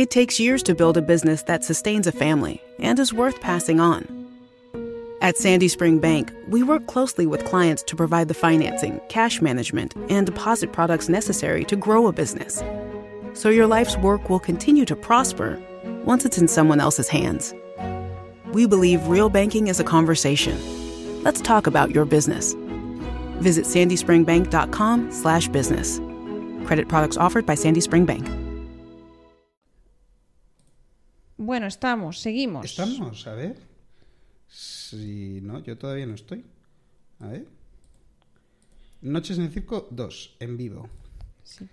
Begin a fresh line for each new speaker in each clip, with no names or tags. It takes years to build a business that sustains a family and is worth passing on. At Sandy Spring Bank, we work closely with clients to provide the financing, cash management, and deposit products necessary to grow a business. So your life's work will continue to prosper once it's in someone else's hands. We believe real banking is a conversation. Let's talk about your business. Visit sandyspringbank.com/business. Credit products offered by Sandy Spring Bank.
Bueno, estamos, seguimos.
Estamos, a ver. Si no, yo todavía no estoy. A ver. Noches en el Circo 2, en vivo.
Sí.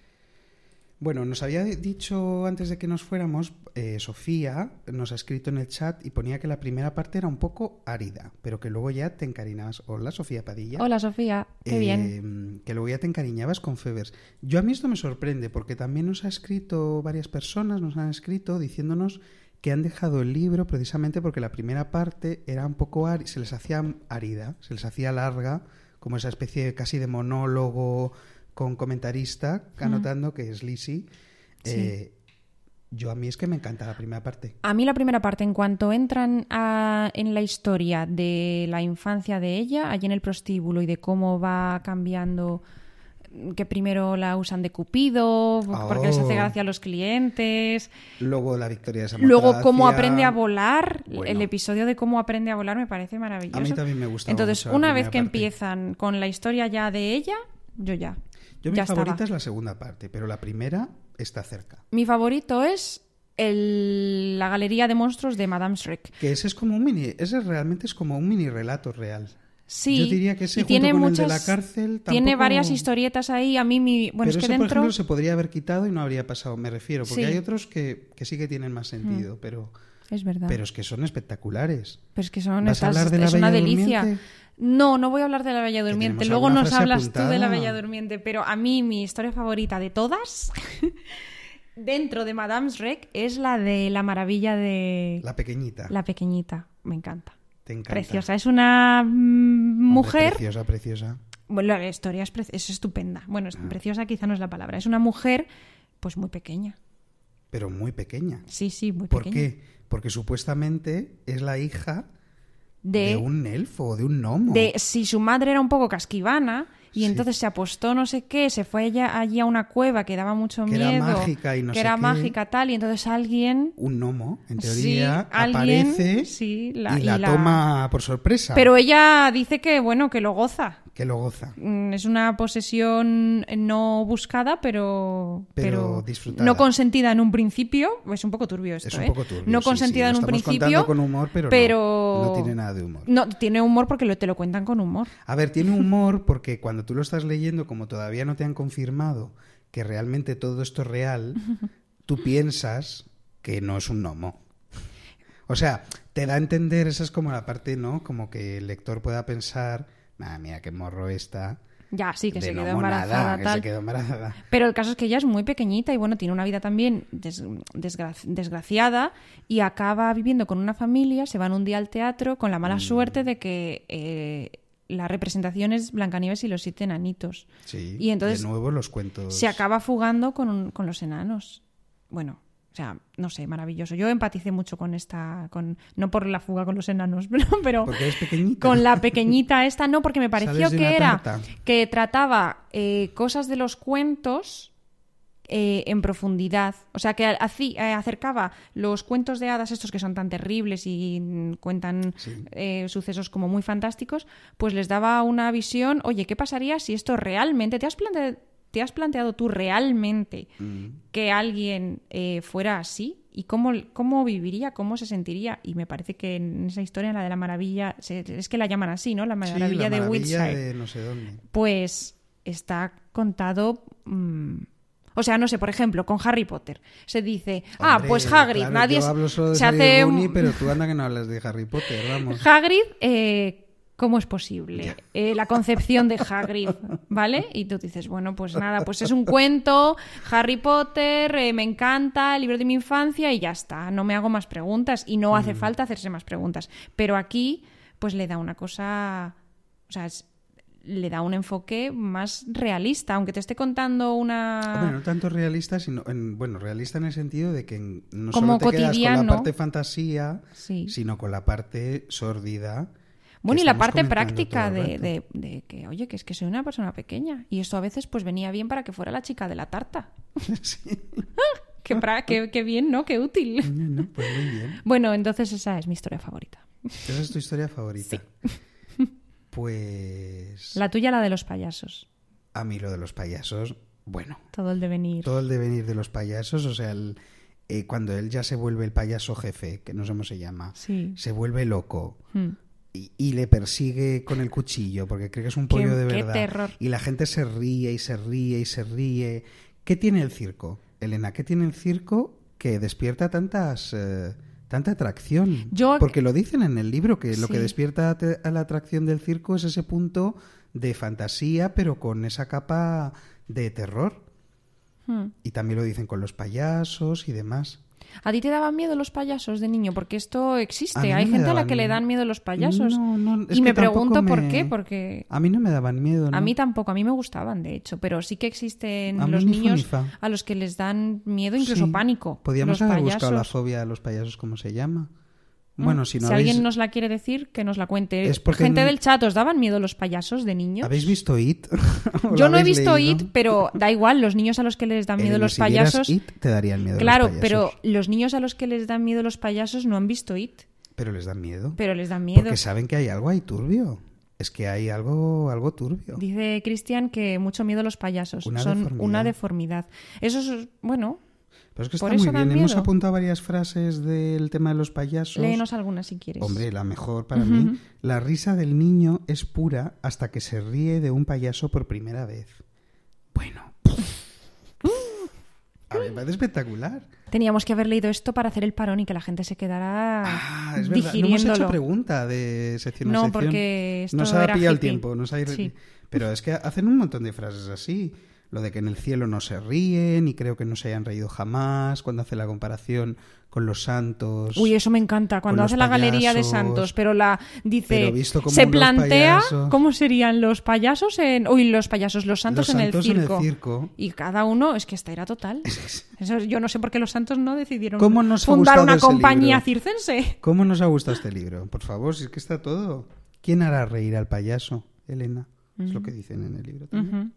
Bueno, nos había dicho antes de que nos fuéramos, eh, Sofía nos ha escrito en el chat y ponía que la primera parte era un poco árida, pero que luego ya te encarinabas. Hola, Sofía Padilla.
Hola Sofía, qué
Eh,
bien.
Que luego ya te encariñabas con Febers. Yo a mí esto me sorprende porque también nos ha escrito varias personas, nos han escrito diciéndonos que han dejado el libro precisamente porque la primera parte era un poco árida, se les hacía árida, se les hacía larga, como esa especie casi de monólogo con comentarista, anotando que es Lisi. Eh, yo a mí es que me encanta la primera parte.
A mí la primera parte, en cuanto entran a- en la historia de la infancia de ella, allí en el prostíbulo y de cómo va cambiando, que primero la usan de cupido, porque les hace
Oh.
gracia a los clientes,
Luego la victoria de Samotracia.
Luego, cómo aprende a volar.
Bueno.
El episodio de cómo aprende a volar me parece maravilloso.
A mí también me gustaba
Entonces,
mucho la
una
primera
vez que
parte.
empiezan con la historia ya de ella, yo ya.
Yo mi
ya
favorita
estaba.
es la segunda parte, pero la primera está cerca.
Mi favorito es el- la galería de monstruos de Madame Shrek.
Que ese es como un mini, ese realmente es como un mini relato real.
Sí,
Yo diría que ese
y
junto
tiene
con el de
muchas,
la cárcel
Tiene
tampoco-
varias historietas ahí. A mí, mi, bueno,
Pero
es que
ese, por
dentro.
ejemplo, se podría haber quitado y no habría pasado, me refiero, porque
Sí. Mm.
hay otros que, que sí que tienen más sentido, pero,
Es verdad.
pero es que son espectaculares.
Pero es que son
¿Vas a
estas-
hablar de la
es una
Bella
delicia.
Durmiente?
No, no voy a hablar de la Bella Durmiente.
tenemos
Luego
alguna
nos
frase
hablas tú de la
apuntada.
Bella Durmiente, pero a mí mi historia favorita de todas dentro de Madame's Rec es la de la maravilla de
La pequeñita.
la pequeñita. Me encanta.
Te encanta.
Preciosa. Es una mm,
Hombre,
mujer
Preciosa, preciosa.
bueno, la historia es, pre- es estupenda. Bueno,
Ah.
es preciosa quizá no es la palabra. Es una mujer, pues muy pequeña.
Pero muy pequeña.
Sí, sí, muy
¿Por
pequeña.
qué? Porque supuestamente es la hija
De,
de, un elfo, de un gnomo.
de si su madre era un poco casquivana y
Sí.
entonces se apostó no sé qué, se fue ella allí a una cueva que daba mucho
Que era
miedo,
mágica y no
que
sé
era
qué.
mágica tal, y entonces alguien...
Un gnomo, en
Sí,
teoría,
alguien,
aparece
sí, la-
y,
y
la
la-
toma por sorpresa.
Pero ella dice que, bueno, que lo goza.
que lo goza.
Mm, Es una posesión eh, no buscada, pero,
Pero disfrutada.
no consentida en un principio. Es un poco turbio esto,
Es un
¿eh?
poco turbio,
No
sí,
consentida
sí, lo
en un
estamos
principio.
contando con humor, pero no, no tiene nada de humor.
No, tiene humor porque lo- te lo cuentan con humor.
A ver, tiene humor porque cuando tú lo estás leyendo, como todavía no te han confirmado que realmente todo esto es real, tú piensas que no es un gnomo. O sea, te da a entender, esa es como la parte, ¿no? Como que el lector pueda pensar, ah, mira qué morro está,
Ya, sí, que
de
se quedó
gnomo nada,
embarazada,
que
tal.
se quedó embarazada.
Pero el caso es que ella es muy pequeñita y bueno, tiene una vida también des- desgra- desgraciada y acaba viviendo con una familia, se van un día al teatro con la
Mm.
mala suerte de que eh, la representación es Blancanieves y los siete enanitos.
Sí,
Y entonces
de nuevo los cuentos.
se acaba fugando con, un- con los enanos. Bueno, o sea, no sé, maravilloso. Yo empaticé mucho con esta, con no por la fuga con los enanos, pero, pero
Porque eres pequeñita.
con la pequeñita esta, no, porque me pareció
Sales de una
que era
tarta.
que trataba eh, cosas de los cuentos eh, en profundidad. O sea, que haci- eh, acercaba los cuentos de hadas, estos que son tan terribles y mm, cuentan
Sí.
eh, sucesos como muy fantásticos, pues les daba una visión, oye, ¿qué pasaría si esto realmente, te has, plante- te has planteado tú realmente
Mm.
que alguien eh, fuera así? ¿Y cómo, cómo viviría? ¿Cómo se sentiría? Y me parece que en esa historia, en la de la maravilla, se- es que la llaman así, ¿no? La
Sí,
maravilla
la
de
maravilla
Wiltshire
de no sé dónde.
pues está contado pues, mm, O sea, no sé, por ejemplo, con Harry Potter se dice, ah,
Hombre,
pues Hagrid,
claro,
nadie
yo
se-
hablo solo de
se
Harry
hace
Rooney,
un-
pero tú anda que no hablas de Harry Potter, vamos.
Hagrid, eh, ¿cómo es posible? Eh, la concepción de Hagrid, ¿vale? Y tú dices, bueno, pues nada, pues es un cuento, Harry Potter, eh, me encanta, el libro de mi infancia y ya está, no me hago más preguntas y no
Mm.
hace falta hacerse más preguntas. Pero aquí, pues le da una cosa, o sea, es- le da un enfoque más realista, aunque te esté contando una...
Hombre, no tanto realista, sino en- bueno, realista en el sentido de que en- no
Como
solo te quedas con
cotidiano.
la parte fantasía,
Sí.
sino con la parte sórdida. que
Bueno, y la
estamos
parte
comentando
práctica
todo el
de,
rato.
de- de que, oye, que es que soy una persona pequeña. Y esto a veces pues venía bien para que fuera la chica de la tarta. qué, pra- qué- qué bien, ¿no? Qué útil.
No, no, pues muy bien.
Bueno, entonces esa es mi historia favorita.
Esa es tu historia favorita. Pues
La tuya, la de los payasos.
a mí lo de los payasos, bueno,
Todo el devenir.
todo el devenir de los payasos, o sea, el- eh, cuando él ya se vuelve el payaso jefe, que no sé cómo se llama,
Sí.
se vuelve loco.
Hmm.
y, y le persigue con el cuchillo porque cree que es un pollo
Qué-
de
qué
verdad.
terror.
Y la gente se ríe y se ríe y se ríe. ¿Qué tiene el circo, Elena? ¿Qué tiene el circo que despierta tantas eh, tanta atracción?
Yo-
Porque lo dicen en el libro que lo que
Sí.
despierta a te- a la atracción del circo es ese punto de fantasía pero con esa capa de terror.
Hmm.
Y también lo dicen con los payasos y demás.
¿A ti te daban miedo los payasos de niño? Porque esto
A mí
existe.
no
Hay
me
gente a la
daban
que le
miedo.
dan miedo los payasos.
No, no, es
y
que
me
tampoco
pregunto por
me-
qué, porque...
A mí no me daban miedo. ¿no?
A mí tampoco, a mí me gustaban, de hecho, pero sí que existen
A mí
los
ni fu ni
niños
fa.
a los que les dan miedo, incluso
Sí.
pánico.
Podíamos
los
haber
payasos. Mm,
buscado la fobia de los payasos, ¿cómo se llama? Bueno, si no habéis,
alguien nos la quiere decir, que nos la cuente.
Es porque
Gente
no-
del chat, ¿os daban miedo los payasos de niños?
¿habéis visto IT? ¿O lo
Yo no he
habéis
visto
leído? Eh,
IT, pero da igual, los niños a los que les dan miedo
Elena,
los
si vieras
payasos.
IT te darían miedo. los
claro,
payasos.
pero los niños a los que les dan miedo los payasos no han visto IT,
Pero les dan miedo.
pero les dan miedo.
Porque saben que hay algo ahí turbio. Es que hay algo, algo turbio.
Dice Cristian que mucho miedo los payasos,
Una
son
deformidad.
una deformidad. Eso es, bueno,
Pero es que está
por
muy
eso
bien.
dan
Hemos
miedo.
apuntado varias frases del tema de los payasos.
léenos algunas si quieres.
Hombre, la mejor para mí. La risa del niño es pura hasta que se ríe de un payaso por primera vez. Bueno. A mí me parece espectacular.
Teníamos que haber leído esto para hacer el parón y que la gente se quedara
Ah, es verdad. No hemos
digiriéndolo.
hecho pregunta de sección a
No,
sección.
porque esto
Nos ha
era
pillado el
hippie.
tiempo. Nos ha ido-
Sí.
Pero es que hacen un montón de frases así. Lo de que en el cielo no se ríen y creo que no se hayan reído jamás. Cuando hace la comparación con los santos.
Uy, eso me encanta. Cuando
los
hace la galería de
payasos.
santos, pero la dice,
Pero visto como
se
los
plantea
payasos.
cómo serían los payasos en, uy, los payasos, los santos,
Los
en,
santos
el
en el
circo.
circo.
Y cada uno es que esta era total. Eso, yo no sé por qué los santos no decidieron
¿Cómo nos ha
fundar
gustado
una
ese
compañía
libro?
circense.
¿Cómo nos ha gustado este libro? Por favor, si es que está todo. ¿Quién hará reír al payaso, Elena? Es lo que dicen en el libro también.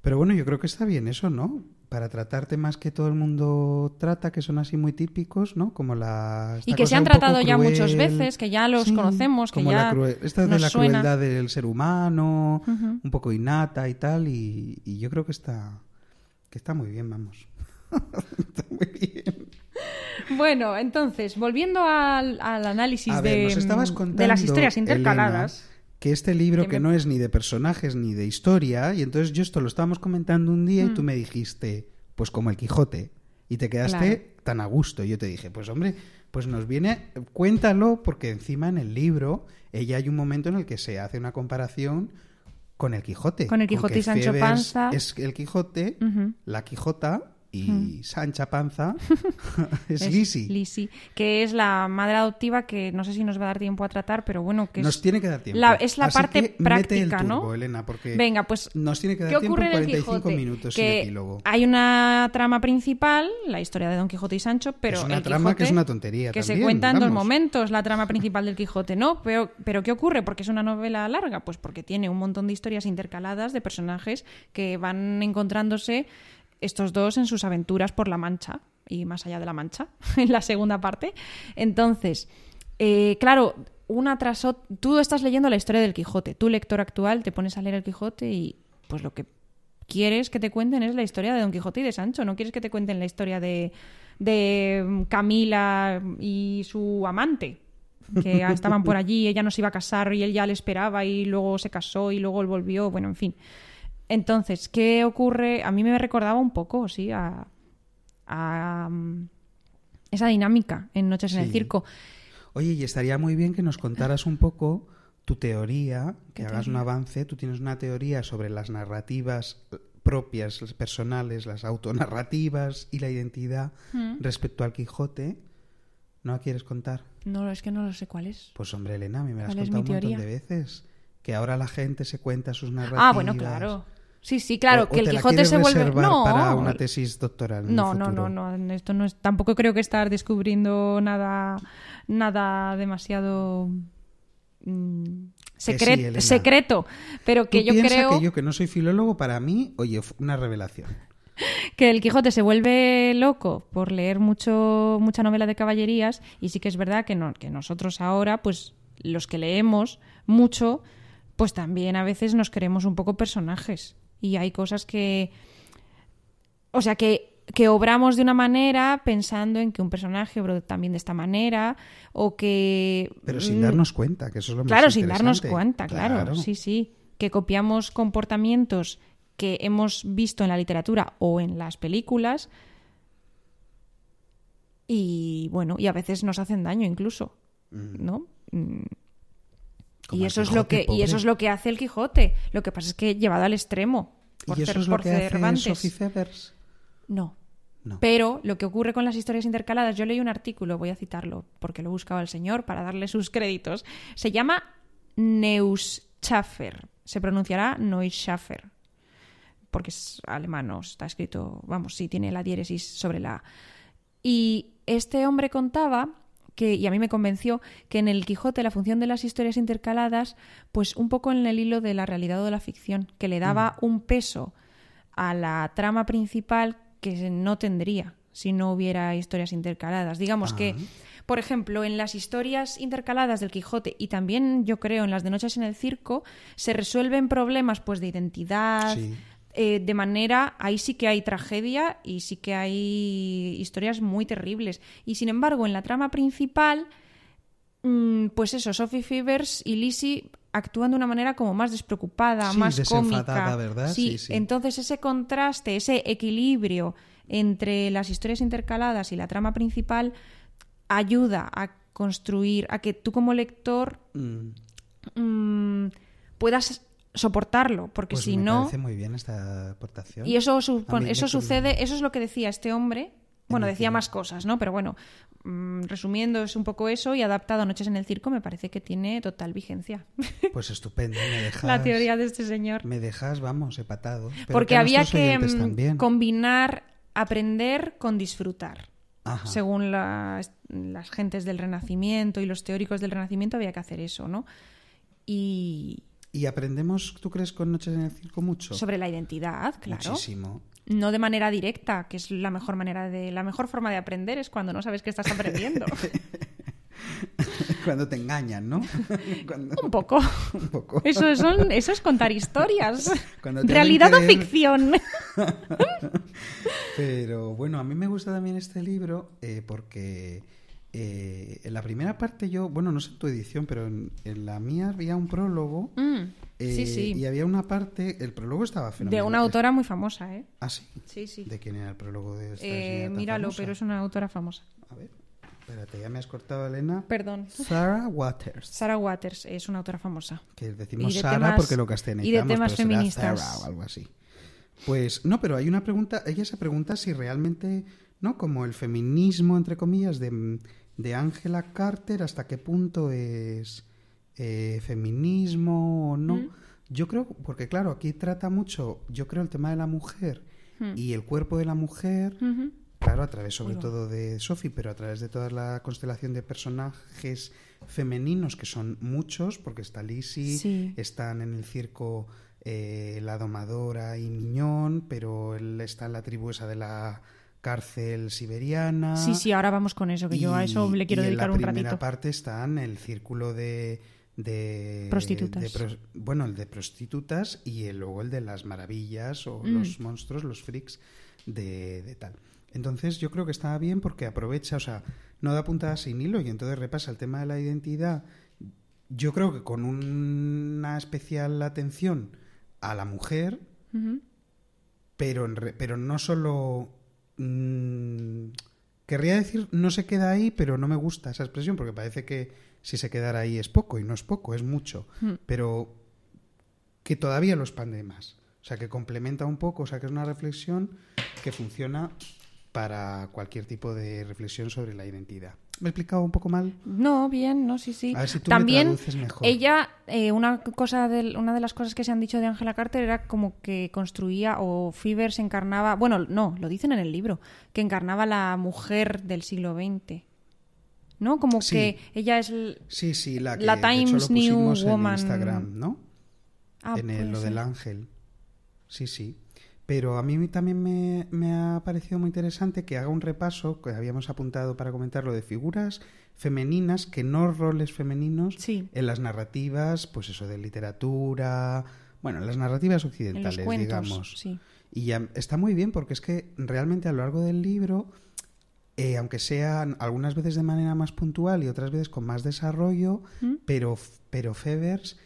Pero bueno, yo creo que está bien eso, ¿no? Para tratar temas que todo el mundo trata, que son así muy típicos, ¿no? Como la... esta
Y que se
cosa
han
un poco
tratado ya
cruel.
muchas veces, que ya los conocemos, que
como
ya
la crue- Esta de
nos
la
suena.
crueldad del ser humano,
Ujú.
un poco innata y tal, y, y yo creo que está, que está muy bien, vamos. está muy bien.
Bueno, entonces, volviendo al, al análisis
A
de,
ver, nos estabas
mm,
contando,
de las historias
Elena,
intercaladas.
que este libro
Que
que,
me-
no es ni de personajes ni de historia, y entonces yo esto lo estábamos comentando un día
Mm.
y tú me dijiste, pues como el Quijote, y te quedaste tan a gusto. Y yo te dije, pues hombre, pues nos viene, cuéntalo, porque encima en el libro ella hay un momento en el que se hace una comparación con el Quijote.
Con el Quijote
que
y Sancho
Febres
Panza. Mm.
Es el Quijote,
Ujú.
la Quijota y
Mm.
Sancha Panza es, Lisi.
Lisi, que es la madre adoptiva que no sé si nos va a dar tiempo a tratar, pero bueno, que
Nos
es...
tiene que dar tiempo.
La- es la
Así
parte
que mete el
práctica, ¿no?
turbo, Elena, porque
Venga, pues,
nos tiene que dar
¿Qué
tiempo
ocurre en el
45
Quijote?
minutos sin
que
epílogo.
hay una trama principal, la historia de Don Quijote y Sancho, pero
Es una
el
trama que
Quijote,
es una tontería
que se
también,
cuenta en dos
vamos.
momentos la trama principal del Quijote, ¿no? Pero, pero ¿qué ocurre? Porque es una novela larga, pues porque tiene un montón de historias intercaladas de personajes que van encontrándose estos dos en sus aventuras por la Mancha y más allá de la Mancha en la segunda parte. Entonces, eh, claro. Una tras otra, tú estás leyendo la historia del Quijote, tu lector actual te pones a leer el Quijote y pues lo que quieres que te cuenten es la historia de Don Quijote y de Sancho, no quieres que te cuenten la historia de, de mm, Camila y su amante, que estaban por allí, ella no se iba a casar y él ya le esperaba y luego se casó y luego él volvió, bueno, en fin. Entonces, ¿qué ocurre? A mí me recordaba un poco, sí, a, a, mm, esa dinámica en Noches en el
Sí.
Circo.
Oye, y estaría muy bien que nos contaras un poco tu teoría, que
¿Qué
hagas un
teoría?
avance. Tú tienes una teoría sobre las narrativas eh, propias, las personales, las autonarrativas y la identidad
Mm.
respecto al Quijote. ¿No la quieres contar?
No, es que no lo sé cuál es.
Pues hombre, Elena, a mí me la has
¿Cuál es
contado un
mi
montón de
teoría?
veces. Que ahora la gente se cuenta sus narrativas.
Ah, bueno, claro. Sí, sí, claro,
O- o
que el
te la
Quijote
quieres
se vuelve.
reservar
No,
para una tesis doctoral. en
no,
el
no,
futuro.
no, no, en Esto no es. Tampoco creo que estar descubriendo nada, nada demasiado mm,
sí,
secre-
Elena.
secreto. Pero que
Tú
yo
piensa
creo
que yo que no soy filólogo, para mí, oye, fue una revelación.
que el Quijote se vuelve loco por leer mucho mucha novela de caballerías y sí que es verdad que, no, que nosotros ahora pues los que leemos mucho pues también a veces nos creemos un poco personajes y hay cosas que o sea que que obramos de una manera pensando en que un personaje obró también de esta manera o que
Pero sin
mm,
darnos cuenta, que eso es lo más
Claro, sin darnos
interesante.
cuenta, claro, Sí, sí. Que copiamos comportamientos que hemos visto en la literatura o en las películas. Y bueno, y a veces nos hacen daño incluso, ¿no? Mm.
Como
Y
al
eso, es lo
Quijote,
que, y
pobre.
eso es lo que hace el Quijote. Lo que pasa es que llevado al extremo. Por
y eso
Cer-
es lo
por
que hace
Cervantes.
Sophie Feathers.
No.
No.
Pero lo que ocurre con las historias intercaladas, yo leí un artículo, voy a citarlo, porque lo buscaba el señor para darle sus créditos. Se llama Neuschaffer. Se pronunciará Neuschaffer. Porque es alemán, no está escrito, vamos, sí, tiene la diéresis sobre la A. Y este hombre contaba que, y a mí me convenció, que en el Quijote la función de las historias intercaladas, pues un poco en el hilo de la realidad o de la ficción, que le daba un peso a la trama principal que se- no tendría si no hubiera historias intercaladas. Digamos que, por ejemplo, en las historias intercaladas del Quijote y también yo creo en las de Noches en el Circo, se resuelven problemas pues de identidad,
Sí.
eh, de manera, ahí sí que hay tragedia y sí que hay historias muy terribles. Y sin embargo, en la trama principal, mm, pues eso, Sophie Fevers y Lizzie actúan de una manera como más despreocupada,
Sí,
más
desenfadada,
cómica.
¿verdad?
Sí,
Sí, sí.
entonces ese contraste, ese equilibrio entre las historias intercaladas y la trama principal ayuda a construir, a que tú como lector
Mm,
mm, puedas soportarlo, porque
pues
si
me
no...
parece muy bien esta aportación.
Y eso,
A mí
supone-
me
eso
conven-
sucede, eso es lo que decía este hombre. Bueno,
En el
decía
cine.
más cosas, ¿no? Pero bueno, mm, resumiendo es un poco eso y adaptado a Noches en el Circo me parece que tiene total vigencia
Pues estupendo, me dejas.
la teoría de este señor.
Me dejas, vamos, hepatado. Pero
Porque
a
había
nuestros
que
oyentes
mm,
también.
combinar aprender con disfrutar.
Ajá.
Según las, las gentes del Renacimiento y los teóricos del Renacimiento había que hacer eso, ¿no? Y
Y aprendemos, ¿tú crees, con Noches en el Circo mucho?
sobre la identidad, claro.
Muchísimo.
no de manera directa, que es la mejor manera de la mejor forma de aprender es cuando no sabes que estás aprendiendo.
Cuando te engañan, ¿no? Cuando-
Un poco.
Un poco.
Eso es, son- eso es contar historias.
Cuando te hacen
Realidad o
creer-
ficción.
Pero bueno, a mí me gusta también este libro eh, porque eh, en la primera parte yo, bueno, no sé en tu edición, pero en, en la mía había un prólogo
Mm,
eh,
sí, sí.
y había una parte, el prólogo estaba fenomenal. Eh,
De una autora muy famosa, ¿eh?
Ah, sí.
Sí, sí.
¿De quién era el prólogo de esta
Eh,
señora tan
míralo,
famosa?
pero es una autora famosa.
A ver, espérate, ya me has cortado, Elena.
Perdón.
Sarah Waters.
Sarah Waters es una autora famosa.
Que decimos
Y de
Sara
temas-
porque lo castellanizamos.
y de temas
pero será
feministas.
Zara o algo así. Pues no, pero hay una pregunta. Ella se pregunta si realmente, ¿no? Como el feminismo, entre comillas, de de Angela Carter, ¿hasta qué punto es eh, feminismo o no?
Mm.
Yo creo, porque claro, aquí trata mucho, yo creo, el tema de la mujer
Mm.
y el cuerpo de la mujer.
Ujú.
Claro, a través sobre todo de Sophie, pero a través de toda la constelación de personajes femeninos, que son muchos, porque está Lizzie,
Sí.
están en el circo eh, la domadora y Miñón, pero él está en la tribu esa de la cárcel siberiana.
Ah, Sí, sí, ahora vamos con eso, que yo a eso
Y-
le quiero
y
dedicar
en
un
la primera
ratito.
parte están el círculo de... de-
Prostitutas.
de pros- bueno, el de prostitutas y el- luego el de las maravillas o
Mm.
los monstruos, los freaks de, de tal. Entonces yo creo que está bien porque aprovecha, o sea, no da puntada sin hilo y entonces repasa el tema de la identidad. Yo creo que con una especial atención a la mujer,
Ujú.
pero, en re- pero no solo... mm, querría decir, no se queda ahí, pero no me gusta esa expresión, porque parece que si se quedara ahí es poco, y no es poco, es mucho,
Hmm.
pero que todavía lo expande más. O sea, que complementa un poco, o sea, que es una reflexión que funciona para cualquier tipo de reflexión sobre la identidad. ¿Me he explicado un poco mal?
No, bien, no, sí, sí.
A ver si tú me
También
traduces mejor.
ella, eh, una cosa del- una de las cosas que se han dicho de Angela Carter era como que construía o Fever se encarnaba, bueno, no, lo dicen en el libro, que encarnaba a la mujer del siglo XX. ¿No? Como
Sí.
que ella es... l-
Sí, sí, la que
La
de hecho,
Times
lo
New
pusimos
Woman.
en Instagram, ¿no?
Ah,
en el-
puede
lo
ser.
del ángel. Sí, sí. Pero a mí también me, me ha parecido muy interesante que haga un repaso, que habíamos apuntado para comentarlo, de figuras femeninas, que no roles femeninos,
Sí.
en las narrativas, pues eso, de literatura, bueno, en las narrativas
En los
occidentales,
cuentos,
digamos.
sí.
Y ya está muy bien porque es que realmente a lo largo del libro, eh, aunque sean algunas veces de manera más puntual y otras veces con más desarrollo,
¿Mm?
pero, pero Fevers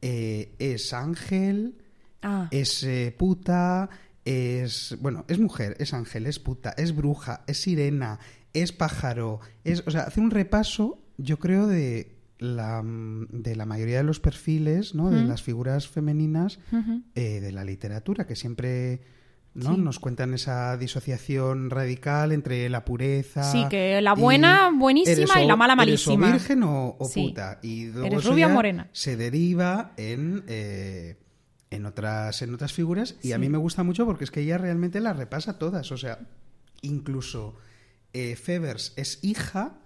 eh, es ángel,
Ah,
es eh, puta, es... Bueno, es mujer, es ángel, es puta, es bruja, es sirena, es pájaro, es... O sea, hace un repaso, yo creo, de la, mm, de la mayoría de los perfiles, ¿no? De las figuras femeninas
ujú.
eh, de la literatura, que siempre ¿no?
Sí.
nos cuentan esa disociación radical entre la pureza.
Sí, que la buena, buenísima,
eres o-
y la mala, malísima.
Eres o virgen o, o
Sí.
puta. Y luego
Eres
eso
rubia o
ya
morena.
Se deriva en. eh, en otras, en otras figuras, y a
Sí.
mí me gusta mucho porque es que ella realmente las repasa todas. O sea, incluso eh, Fevers es hija,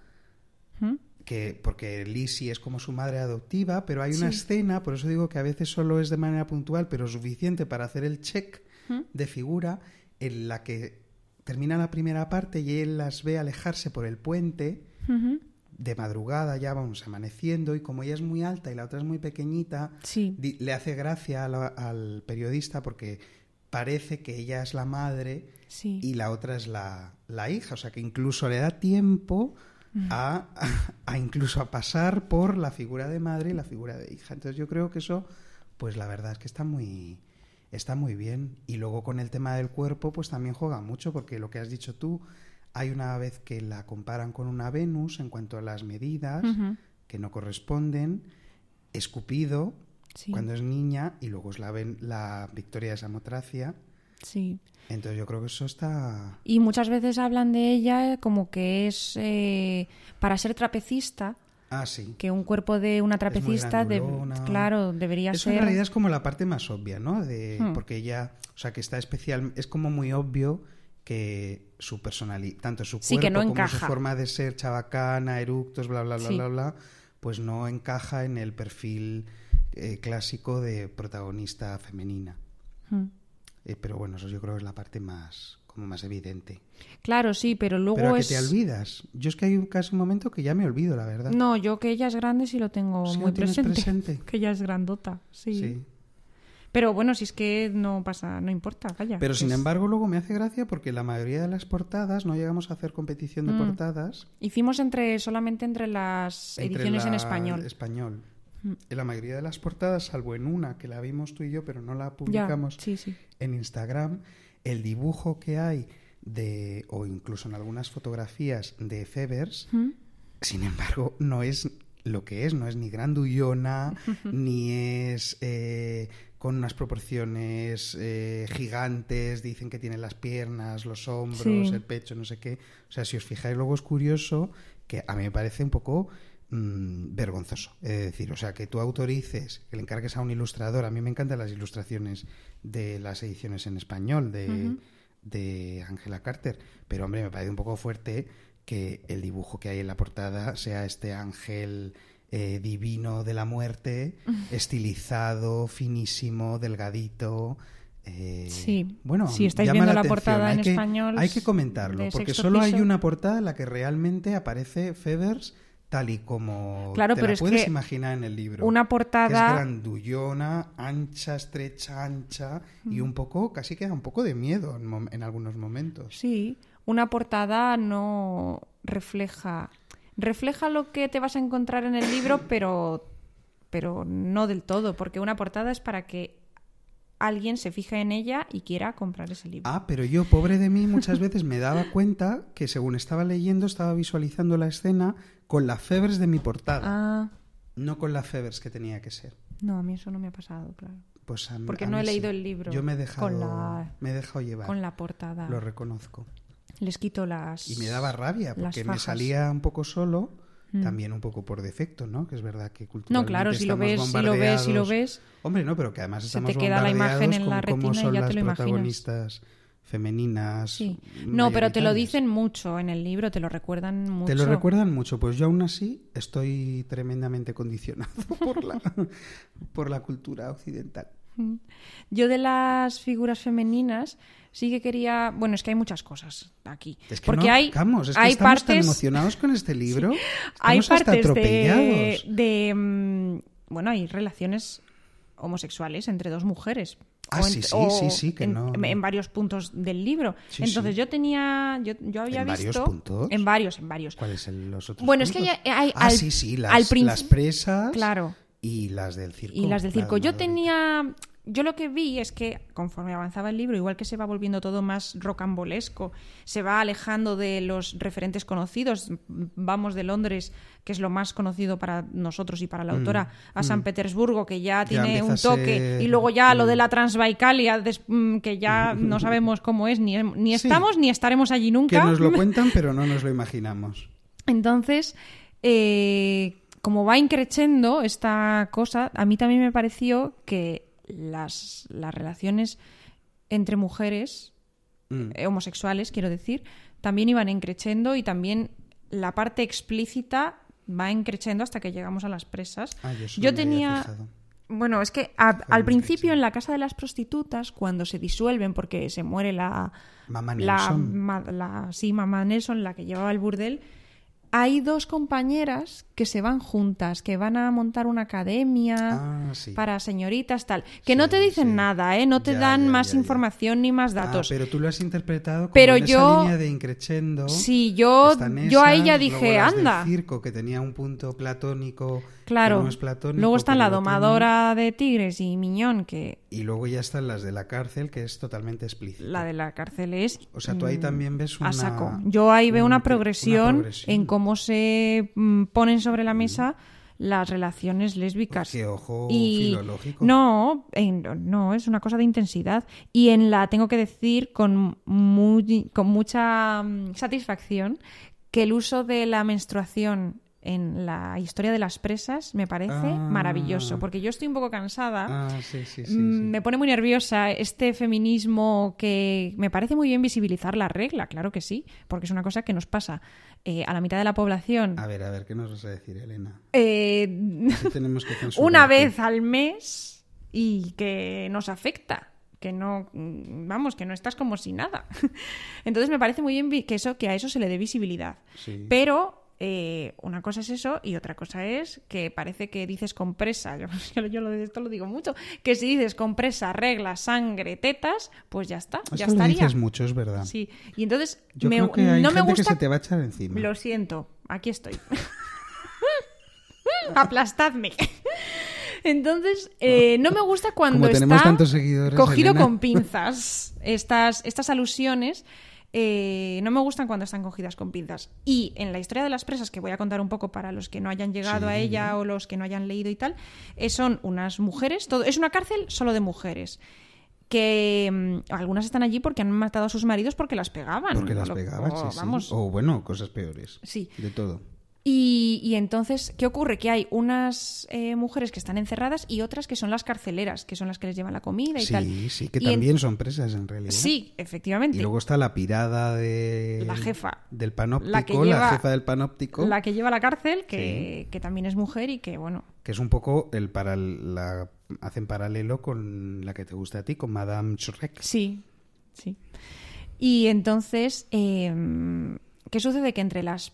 Ujú.
que porque Lizzie es como su madre adoptiva, pero hay una
Sí.
escena, por eso digo que a veces solo es de manera puntual, pero suficiente para hacer el check
¿Mm?
de figura en la que termina la primera parte y él las ve alejarse por el puente
Ujú.
de madrugada ya vamos amaneciendo y como ella es muy alta y la otra es muy pequeñita,
Sí.
di- le hace gracia a la- al periodista porque parece que ella es la madre
Sí.
y la otra es la, la hija. O sea que incluso le da tiempo a, a incluso a pasar por la figura de madre y la figura de hija. Entonces yo creo que eso, pues la verdad es que está muy está muy bien. Y luego con el tema del cuerpo, pues también juega mucho, porque lo que has dicho tú, hay una vez que la comparan con una Venus en cuanto a las medidas
Ujú.
que no corresponden, escupido
Sí.
cuando es niña, y luego es la, ven- la Victoria de Samotracia.
Sí.
Entonces yo creo que eso está
Y muchas veces hablan de ella como que es eh, para ser trapecista,
Ah, sí.
que un cuerpo de una
Es muy
trapecista, de-
grandulona.
claro, debería
Eso
ser.
en realidad es como la parte más obvia, ¿no? De,
Hmm.
Porque ella, o sea, que está especial, es como muy obvio que su personalidad, tanto su cuerpo
Sí, que no
como su
encaja.
forma de ser chabacana, eructos, bla, bla, bla,
Sí.
bla, bla, pues no encaja en el perfil eh, clásico de protagonista femenina.
Mm.
Eh, pero bueno, eso yo creo que es la parte más, como más evidente.
Claro, sí, pero luego
pero a
es.
que te olvidas. Yo es que hay un- casi un momento que ya me olvido, la verdad.
no, yo que ella es grande sí lo tengo
Sí, lo
muy
tienes
presente.
presente.
Que ella es grandota, sí.
Sí.
Pero bueno, si es que no pasa, no importa, vaya.
Pero sin
Es-
embargo, luego me hace gracia porque la mayoría de las portadas no llegamos a hacer competición de
Mm.
portadas.
Hicimos entre solamente entre las
entre
ediciones en
la-
español.
Español.
Mm.
En la mayoría de las portadas, salvo en una que la vimos tú y yo, pero no la
Ya,
publicamos
sí, sí.
en Instagram, el dibujo que hay de, o incluso en algunas fotografías de Fevers,
Mm.
sin embargo, no es lo que es, no es ni grandullona, ni es eh, con unas proporciones eh, gigantes, dicen que tiene las piernas, los hombros,
Sí.
el pecho, no sé qué. O sea, si os fijáis, luego es curioso que a mí me parece un poco mm, vergonzoso. Es decir, o sea, que tú autorices, que le encargues a un ilustrador. A mí me encantan las ilustraciones de las ediciones en español de, de Angela Carter, pero hombre, me parece un poco fuerte que el dibujo que hay en la portada sea este ángel eh, divino de la muerte, estilizado, finísimo, delgadito. eh,
Sí.
bueno,
Si estáis
llama
viendo la
atención.
portada
Hay
en
que-
español
Hay que comentarlo,
de
porque
sexto
solo hay
piso.
una portada en la que realmente aparece Fevers tal y como
Claro,
te
pero
la
es
puedes
que
imaginar en el libro.
una
que
portada-
es grandullona, ancha, estrecha, ancha y
Mm.
un poco, casi que da un poco de miedo en, mom- en algunos momentos.
Sí, una portada no refleja refleja lo que te vas a encontrar en el libro, pero pero no del todo, porque una portada es para que alguien se fije en ella y quiera comprar ese libro.
Ah, pero yo, pobre de mí, muchas veces me daba cuenta que según estaba leyendo, estaba visualizando la escena con las febres de mi portada,
Ah,
no con las febres que tenía que ser.
no, a mí eso no me ha pasado, claro.
Pues a mí-
Porque
a
no
mí
he leído
sí.
el libro
Yo me he dejado,
con la-
me he dejado llevar,
Con la portada.
lo reconozco.
Les quito las.
Y me daba rabia,
las
porque me
fajas.
salía un poco solo,
Mm.
también un poco por defecto, ¿no? Que es verdad que
No,
culturalmente
claro, si lo ves,
estamos
si lo ves, si lo ves.
bombardeados- Hombre, no, pero que además
Se
estamos
te queda la
bombardeados
imagen en la
con cómo
retina y
son
ya te
las
lo imaginas.
protagonistas femeninas.
Sí. No, pero te lo
mayoritarias.
dicen mucho en el libro, te lo recuerdan mucho.
Te lo recuerdan mucho, pues yo aún así estoy tremendamente condicionado por la, por la cultura occidental.
Yo de las figuras femeninas sí que quería. Bueno, es que hay muchas cosas aquí.
Es que
porque
no
hay,
acabamos, es que
hay
estamos tan
partes.
emocionados con este libro,
hay
estamos hasta
partes de,
atropellados.
de, mm, bueno hay relaciones homosexuales entre dos mujeres
Ah,
O
sí,
ent-
sí,
o
sí, sí, que
en,
no-
en varios puntos del libro
Sí,
entonces
sí.
yo tenía yo, yo había
¿En varios
visto
puntos?
en varios en varios
¿Cuáles son los otros?
Bueno, es que
puntos?
hay- hay-
ah,
al-
sí, sí, las,
al princi-
las presas
claro
y las del circo.
y las del circo yo
madrileñas.
tenía yo lo que vi es que conforme avanzaba el libro, igual que se va volviendo todo más rocambolesco, se va alejando de los referentes conocidos. Vamos de Londres, que es lo más conocido para nosotros y para la autora, a San Petersburgo, que ya tiene
Mm, empieza
un
a
toque,
ser-
y luego ya lo de la Transbaicalia, des- mm, que ya no sabemos cómo es, ni, ni
Sí.
estamos ni estaremos allí
Que
nunca.
nos lo cuentan, pero no nos lo imaginamos.
Entonces, eh, como va increciendo esta cosa, a mí también me pareció que las, las relaciones entre mujeres
Mm.
eh, homosexuales, quiero decir, también iban increciendo y también la parte explícita va increciendo hasta que llegamos a las presas.
Ah, yo eso
yo
no me había
tenía...
fijado.
Bueno, es que a- al
muy
principio
increchendo.
en la casa de las prostitutas, cuando se disuelven porque se muere la,
Mamá
la,
Nelson.
ma- la- sí, mamá Nelson, la que llevaba el burdel, hay dos compañeras que se van juntas, que van a montar una academia
Ah, sí.
para señoritas, tal. Que
Sí,
no te dicen
sí.
nada, ¿eh? No te
Ya,
dan
ya,
más
ya, ya.
información ni más
Ah,
datos.
pero tú lo has interpretado como
Pero
en
yo-
esa línea de increchendo.
Sí, yo-
Están
yo a
esas,
ella
luego
dije,
las del
"Anda".
circo que tenía un punto platónico. que
claro.
no es platónico,
Luego está la
pero tiene-
domadora de tigres y Miñón, que
Y luego ya están las de la cárcel, que es totalmente explícita.
la de la cárcel es mm,
O sea, tú ahí también ves una.
a saco. Yo ahí veo
un-
una progresión,
una progresión.
en cómo se mm, ponen sobre la mesa las relaciones lésbicas.
Mm. Pues Qué ojo filológico.
No, en- no, es una cosa de intensidad. Y en la tengo que decir con, muy- con mucha mm, satisfacción que el uso de la menstruación en la historia de las presas me parece
Ah.
maravilloso, porque yo estoy un poco cansada.
Ah, sí, sí, sí. sí.
Mm, Me pone muy nerviosa este feminismo que me parece muy bien visibilizar la regla, claro que sí, porque es una cosa que nos pasa eh, a la mitad de la población
A ver, a ver, ¿qué nos vas a decir, Elena?
eh,
Sí tenemos que censurarte.
una vez al mes y que nos afecta, que no, mm, vamos, que no estás como si nada. Entonces me parece muy bien vi- que, eso, que a eso se le dé visibilidad.
Sí.
Pero eh, una cosa es eso y otra cosa es que parece que dices compresa. Yo, yo, yo lo de esto lo digo mucho. Que si dices compresa, regla, sangre, tetas, pues ya está.
Esto
ya
lo
estaría.
dices mucho, es verdad.
Sí. Y entonces
Yo
me-
creo que hay
no
gente
me gusta.
que se te va a echar encima.
Lo siento, aquí estoy. Aplastadme. Entonces, eh, no me gusta cuando
Como tenemos
está
tantos seguidores,
cogido
Elena.
con pinzas estas, estas alusiones. eh, no me gustan cuando están cogidas con pinzas. Y en la historia de las presas, que voy a contar un poco para los que no hayan llegado a
Sí.
ella o los que no hayan leído y tal, eh, son unas mujeres, todo, es una cárcel solo de mujeres. Que mm, algunas están allí porque han matado a sus maridos porque las pegaban.
Porque las
Lo-
pegaban,
o,
sí, Oh. sí.
vamos,
O bueno, cosas peores.
Sí.
De todo.
y, y entonces, ¿qué ocurre? Que hay unas eh, mujeres que están encerradas y otras que son las carceleras, que son las que les llevan la comida y
Sí,
tal.
sí, que
Y en-
también son presas en realidad.
Sí, efectivamente.
Y luego está la pirada de...
La jefa.
Del
La que
panóptico,
lleva-
la jefa del panóptico.
La que lleva a la cárcel, que, que también es mujer y que, bueno,
Que es un poco el para la hacen paralelo con la que te gusta a ti, con Madame Shrek.
sí, sí. Y entonces, eh, ¿qué sucede? Que entre las,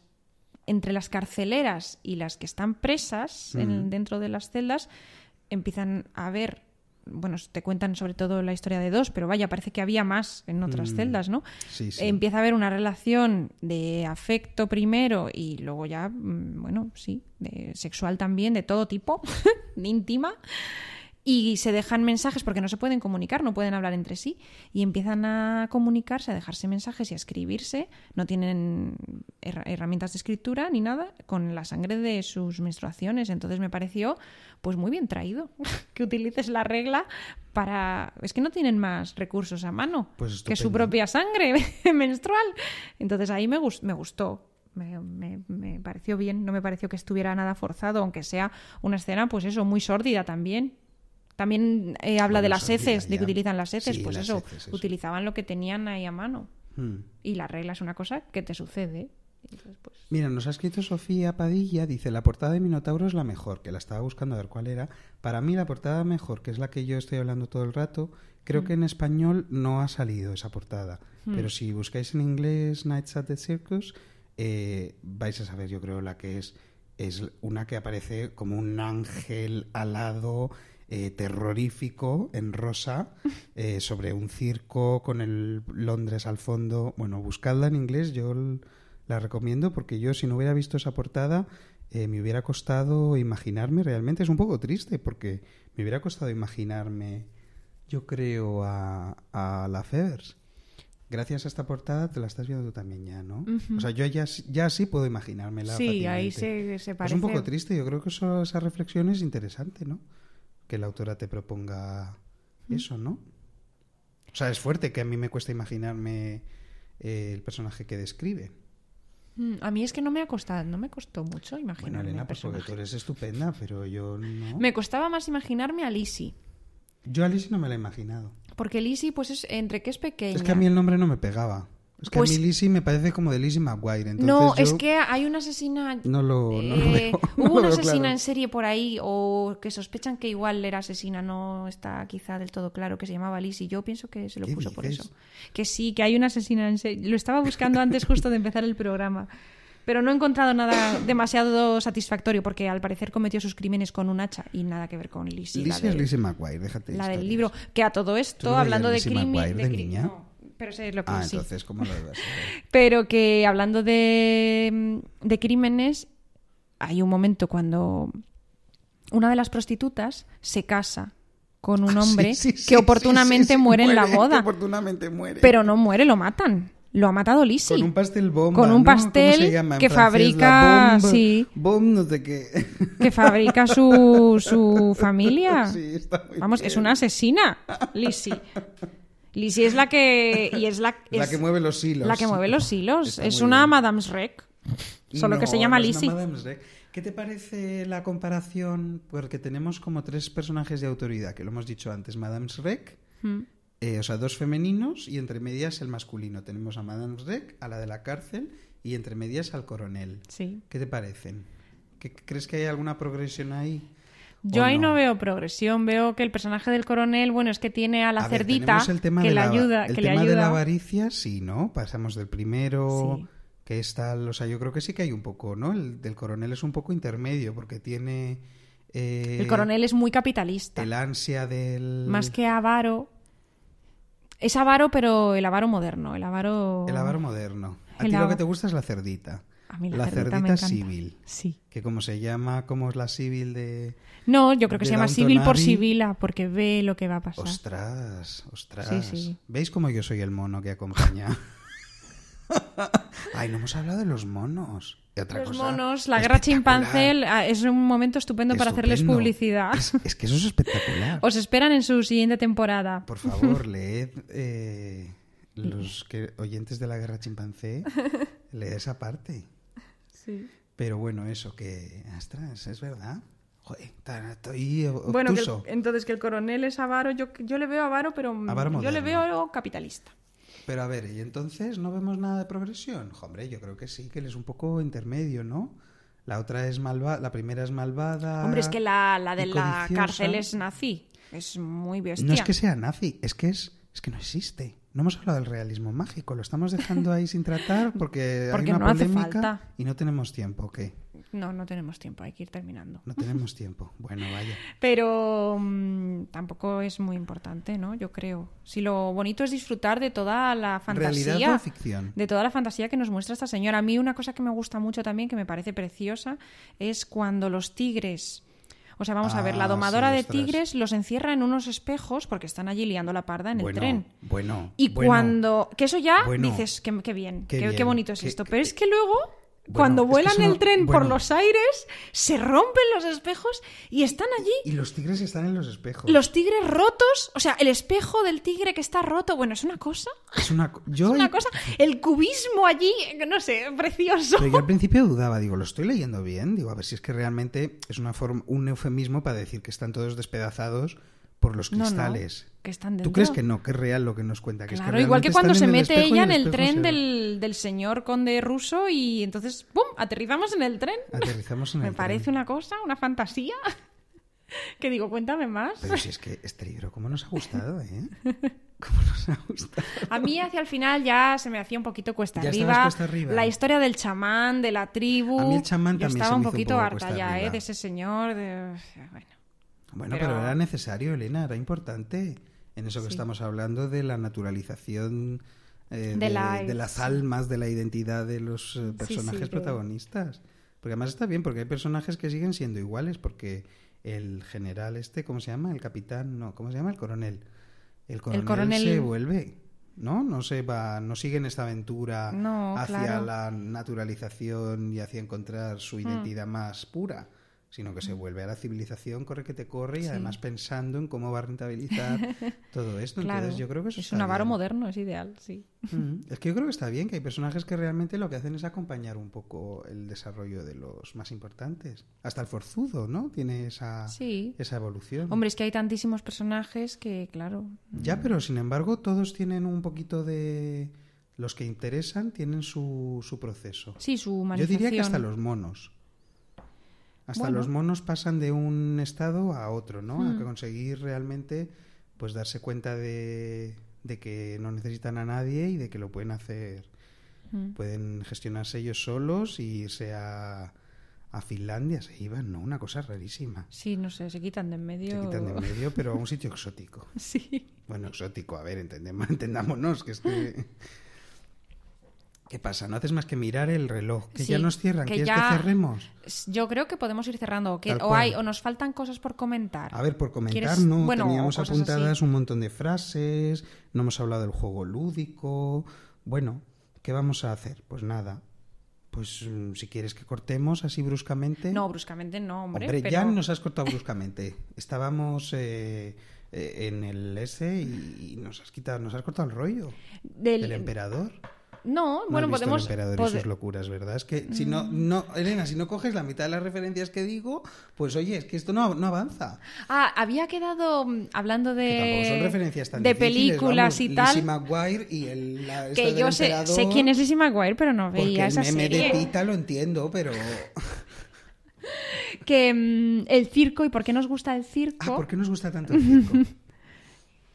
entre las carceleras y las que están presas en- dentro de las celdas, empiezan a ver, bueno, te cuentan sobre todo la historia de dos, pero vaya, parece que había más en
Mm.
otras celdas, ¿no?
Sí, sí.
empieza a haber una relación de afecto primero y luego ya, mm, bueno, sí, de sexual también, de todo tipo, íntima. y se dejan mensajes porque no se pueden comunicar, no pueden hablar entre sí y empiezan a comunicarse, a dejarse mensajes y a escribirse. No tienen her- herramientas de escritura ni nada con la sangre de sus menstruaciones. Entonces me pareció pues muy bien traído que utilices la regla para... Es que no tienen más recursos a mano
Pues
que su
estupendo.
propia sangre menstrual. Entonces ahí me, gus- me gustó. Me, me- me pareció bien, no me pareció que estuviera nada forzado, aunque sea una escena, pues eso, muy sórdida también. También eh, habla
Bueno,
de las
sórdida,
heces, de
ya.
que utilizan las heces,
Sí,
pues
las
eso,
heces, eso.
utilizaban lo que tenían ahí a mano.
Hmm.
Y la regla es una cosa que te sucede. Entonces, pues,
Mira, nos ha escrito Sofía Padilla, dice, la portada de Minotauro es la mejor, que la estaba buscando a ver cuál era. Para mí la portada mejor, que es la que yo estoy hablando todo el rato, creo que en español no ha salido esa portada. Pero si buscáis en inglés Nights at the Circus, eh, vais a saber yo creo la que es. Es una que aparece como un ángel alado, eh, terrorífico, en rosa, eh, sobre un circo con el Londres al fondo. Bueno, buscadla en inglés, yo l- la recomiendo porque yo si no hubiera visto esa portada eh, me hubiera costado imaginarme realmente. Es un poco triste porque me hubiera costado imaginarme, yo creo, a, a la Fevers. Gracias a esta portada te la estás viendo tú también ya, ¿no? O sea, yo ya, sí- ya sí puedo imaginármela.
Sí, ahí
fácilmente.
se- se
Es un
parece.
poco triste, yo creo que eso, esa reflexión es interesante, ¿no? Que la autora te proponga eso, ¿no? O sea, es fuerte que a mí me cuesta imaginarme eh, el personaje que describe.
mm, a mí es que no me ha costado, no me costó mucho
Bueno,
imaginarme.
Elena,
el
pues porque tú
personaje.
eres estupenda, pero yo no.
Me costaba más imaginarme a Lizzie.
Yo a Lizzie no me la he imaginado.
Porque Lizzie, pues es entre que es pequeña.
Es que a mí el nombre no me pegaba. Es que
Pues-
a mí Lizzie me parece como de Lizzie McGuire. Entonces
no,
yo
es que hay una asesina.
No lo, no lo
Eh,
veo. no
hubo
lo
una
veo
asesina
claro.
en serie por ahí, o que sospechan que igual era asesina, no está quizá del todo claro, que se llamaba Liz, y yo pienso que se lo
¿Qué
puso por
dices?
eso. Que sí, que hay una asesina en serie. Lo estaba buscando antes justo de empezar el programa, pero no he encontrado nada demasiado satisfactorio, porque al parecer cometió sus crímenes con un hacha y nada que ver con Liz. y la
Lizzie es
de-
Lizzie McGuire, déjate.
la del
historias.
libro. Que a todo
¿Tú
esto,
no veías
hablando de
Lizzie
crimen.
McGuire de niña?
pero sé lo que
Ah,
sí.
entonces, ¿cómo lo debes?
Pero que hablando de, mm, de crímenes, hay un momento cuando una de las prostitutas se casa con un hombre
Ah, Sí, sí, sí, sí,
que oportunamente
sí, sí,
muere en la
muere, que
boda.
oportunamente muere.
Pero no muere, lo matan. Lo ha matado Lizzie.
Con un pastel bomba.
Con un
¿no? ¿Cómo se
pastel
llama en
que
francés? La
fabrica.
bombe-
Sí.
Bomb, no sé qué.
Que fabrica su, su familia.
Sí, está muy
Vamos,
bien.
es una asesina, Lizzie. Lizzie es la que. Y es la,
La
es
que mueve los hilos.
La que mueve los hilos.
Está
es
muy
una
bien.
Madame Shrek. Solo que se
No,
llama
no es
Lizzie.
una Madame Shrek. ¿Qué te parece la comparación? Porque tenemos como tres personajes de autoridad, que lo hemos dicho antes. Madame Shrek,
Mm,
eh, o sea, dos femeninos, y entre medias el masculino. Tenemos a Madame Shrek, a la de la cárcel, y entre medias al coronel.
Sí.
¿Qué te parecen? ¿Qué- ¿Crees que hay alguna progresión ahí?
Yo
¿O
ahí no. veo progresión, veo que el personaje del coronel, bueno, es que tiene a la
A ver,
cerdita
tenemos el tema
que
de
le
la-
ayuda,
el
que le
tema de la
ayuda.
avaricia, sí, ¿no? Pasamos del primero,
Sí.
que es tal, o sea, yo creo que sí que hay un poco, ¿no? El del coronel es un poco intermedio, porque tiene... eh,
el coronel es muy capitalista,
El ansia del...
más que avaro. Es avaro, pero el avaro moderno, el avaro
El avaro moderno. A
El
ti lo
ava-
que te gusta es la cerdita.
A mí la,
la
cerdita,
cerdita
me encanta.
civil.
Sí.
Que como se llama, como es la civil de...
No, yo creo que
De
se llama
Downton
civil por
Abbey.
Sibila porque ve lo que va a pasar.
Ostras, ostras.
Sí, sí.
¿Veis cómo yo soy el mono que acompaña? Ay, no hemos hablado de los monos. Y otra
Los
cosa
monos, la guerra
espectacular.
chimpancé ah, es un momento estupendo, para hacerles
Estupendo.
publicidad.
Es, es que eso es espectacular.
Os esperan en su siguiente temporada.
Por favor, leed eh, los que, oyentes de la guerra chimpancé, leed esa parte. Pero bueno, eso que... Ostras, es verdad. Joder, tan- estoy obtuso.
Bueno, que el- entonces que el coronel es avaro, yo, yo le veo avaro, pero mm,
Avaro
yo le
moderno.
veo algo capitalista.
Pero a ver, ¿y entonces no vemos nada de progresión? Jo, Hombre, yo creo que sí, que él es un poco intermedio, ¿no? La otra es malvada, la primera es malvada.
Hombre, es que la, la de
Ah, y
la
codiciosa.
cárcel es nazi. Es muy bestia.
No es que sea nazi, es que es, es que no existe. No hemos hablado del realismo mágico, lo estamos dejando ahí sin tratar porque,
Porque
hay una
no hace
polémica
falta.
y no tenemos tiempo, ¿ok?
No, no tenemos tiempo, hay que ir terminando.
No tenemos tiempo. Bueno, vaya.
Pero mm, tampoco es muy importante, ¿no? Yo creo. Si lo bonito es disfrutar de toda la fantasía.
¿Realidad o ficción?
De toda la fantasía que nos muestra esta señora. A mí una cosa que me gusta mucho también, que me parece preciosa, es cuando los tigres. O sea, vamos a ver,
Ah,
la
sí,
domadora de
ostras.
tigres los encierra en unos espejos porque están allí liando la parda en
bueno,
el tren.
Bueno.
Y
bueno.
cuando. Que eso ya
bueno,
dices, qué, qué bien,
qué
qué,
bien,
qué bonito es
qué-
esto.
qué-
Pero es que luego, cuando
es que
vuelan
eso no-
el tren por
bueno.
los aires, se rompen los espejos y están allí
Y los tigres están en los espejos.
los tigres rotos. O sea, el espejo del tigre que está roto. Bueno, es una cosa.
Es una, co- yo,
Es una cosa. El cubismo allí, no sé, precioso.
pero yo al principio dudaba, digo, ¿lo estoy leyendo bien? Digo, a ver si es que realmente es una forma, un eufemismo para decir que están todos despedazados por los
No, no,
cristales.
que están
¿Tú
dentro.
crees que no? Que es real lo que nos cuenta. Que es que
Claro, igual
realmente
que cuando se
están en el
mete
espejo y
ella en el
espejo
tren
se-
del, del señor conde ruso y entonces, ¡pum!, aterrizamos en el
Ah,
tren.
Aterrizamos en
Me
el
parece
tren.
una cosa, una fantasía. que digo, cuéntame más.
Pero si es que este libro, ¿cómo nos ha gustado, eh? ¿Cómo nos ha gustado?
A mí hacia el final ya se me hacía un poquito cuesta,
Ya estabas
arriba,
cuesta arriba.
La historia del chamán, de la tribu.
A mí el chamán
Yo
también se
estaba
me
un
hizo un
poquito
poco
harta
cuesta
ya,
arriba.
¿eh? De ese señor. de- Bueno.
Bueno, pero...
Pero-
era necesario, Elena, era importante. En eso que estamos hablando de la naturalización eh, de,
De la-
de las
sí.
almas, de la identidad de los eh, personajes
de-
protagonistas. Porque además está bien, porque hay personajes que siguen siendo iguales, porque el general este, ¿cómo se llama? El capitán, no, ¿cómo se llama? El coronel. El coronel,
coronel-
se vuelve, ¿no? No se va, no sigue en esta aventura
No,
Ah, hacia
claro. Mm.
la naturalización y hacia encontrar su identidad más pura, sino que se vuelve a la civilización, corre que te corre y
Sí.
además pensando en cómo va a rentabilizar todo esto.
Claro,
Entonces yo creo que eso
es
está
un avaro
bien.
moderno, es ideal, sí.
Mm, Es que yo creo que está bien, que hay personajes que realmente lo que hacen es acompañar un poco el desarrollo de los más importantes. Hasta el forzudo, ¿no? Tiene esa,
Sí.
esa evolución.
Hombre, es que hay tantísimos personajes que, claro,
Ya, pero sin embargo todos tienen un poquito de... Los que interesan tienen su, su proceso.
sí, su
Yo
humanización.
diría que hasta los monos. Hasta
Bueno. Hmm.
los monos pasan de un estado a otro, ¿no? A conseguir realmente, pues darse cuenta de, de que no necesitan a nadie y de que lo pueden hacer.
Mm.
Pueden gestionarse ellos solos y irse a, a Finlandia. Se iban, ¿no? Una cosa rarísima.
Sí, no sé, se quitan de en medio.
Se quitan de en medio, pero a un sitio exótico.
Sí.
Bueno, exótico, a ver, entendemos, entendámonos, que es que... ¿Qué pasa? No haces más que mirar el reloj, que
Sí,
ya nos cierran,
que
¿quieres
ya-
que cerremos?
Yo creo que podemos ir cerrando. O, que-
Tal
o
cual.
hay, o nos faltan cosas por comentar.
A ver, por comentar,
¿Quieres-
¿no?
bueno, o
Teníamos
cosas así.
apuntadas un montón de frases, no hemos hablado del juego lúdico. Bueno, ¿qué vamos a hacer? Pues nada. Pues mm, si quieres que cortemos así bruscamente.
No, bruscamente no, hombre.
¿eh? hombre,
pero...
ya nos has cortado bruscamente. Estábamos eh, eh, en el S y, y nos has quitado, nos has cortado el rollo.
del-
El emperador.
No,
No
bueno,
has visto
podemos. Mm.
el emperador
pod-
y sus locuras, ¿verdad? Es que si no, no, Elena, si no coges la mitad de las referencias que digo, pues oye, es que esto no, no avanza.
Ah, había quedado mm, hablando de.
Que tampoco son referencias tan
Eh, De
difíciles,
películas
vamos.
y tal.
Lizzie McGuire y el. la- esto
que
del
yo sé,
emperador,
sé quién es Lizzie McGuire, pero no
Porque
veía
el
esa
meme
serie.
de Pita lo entiendo, pero.
Que mm, el circo, ¿y por qué nos gusta el circo?
Ah, ¿por qué nos gusta tanto el circo?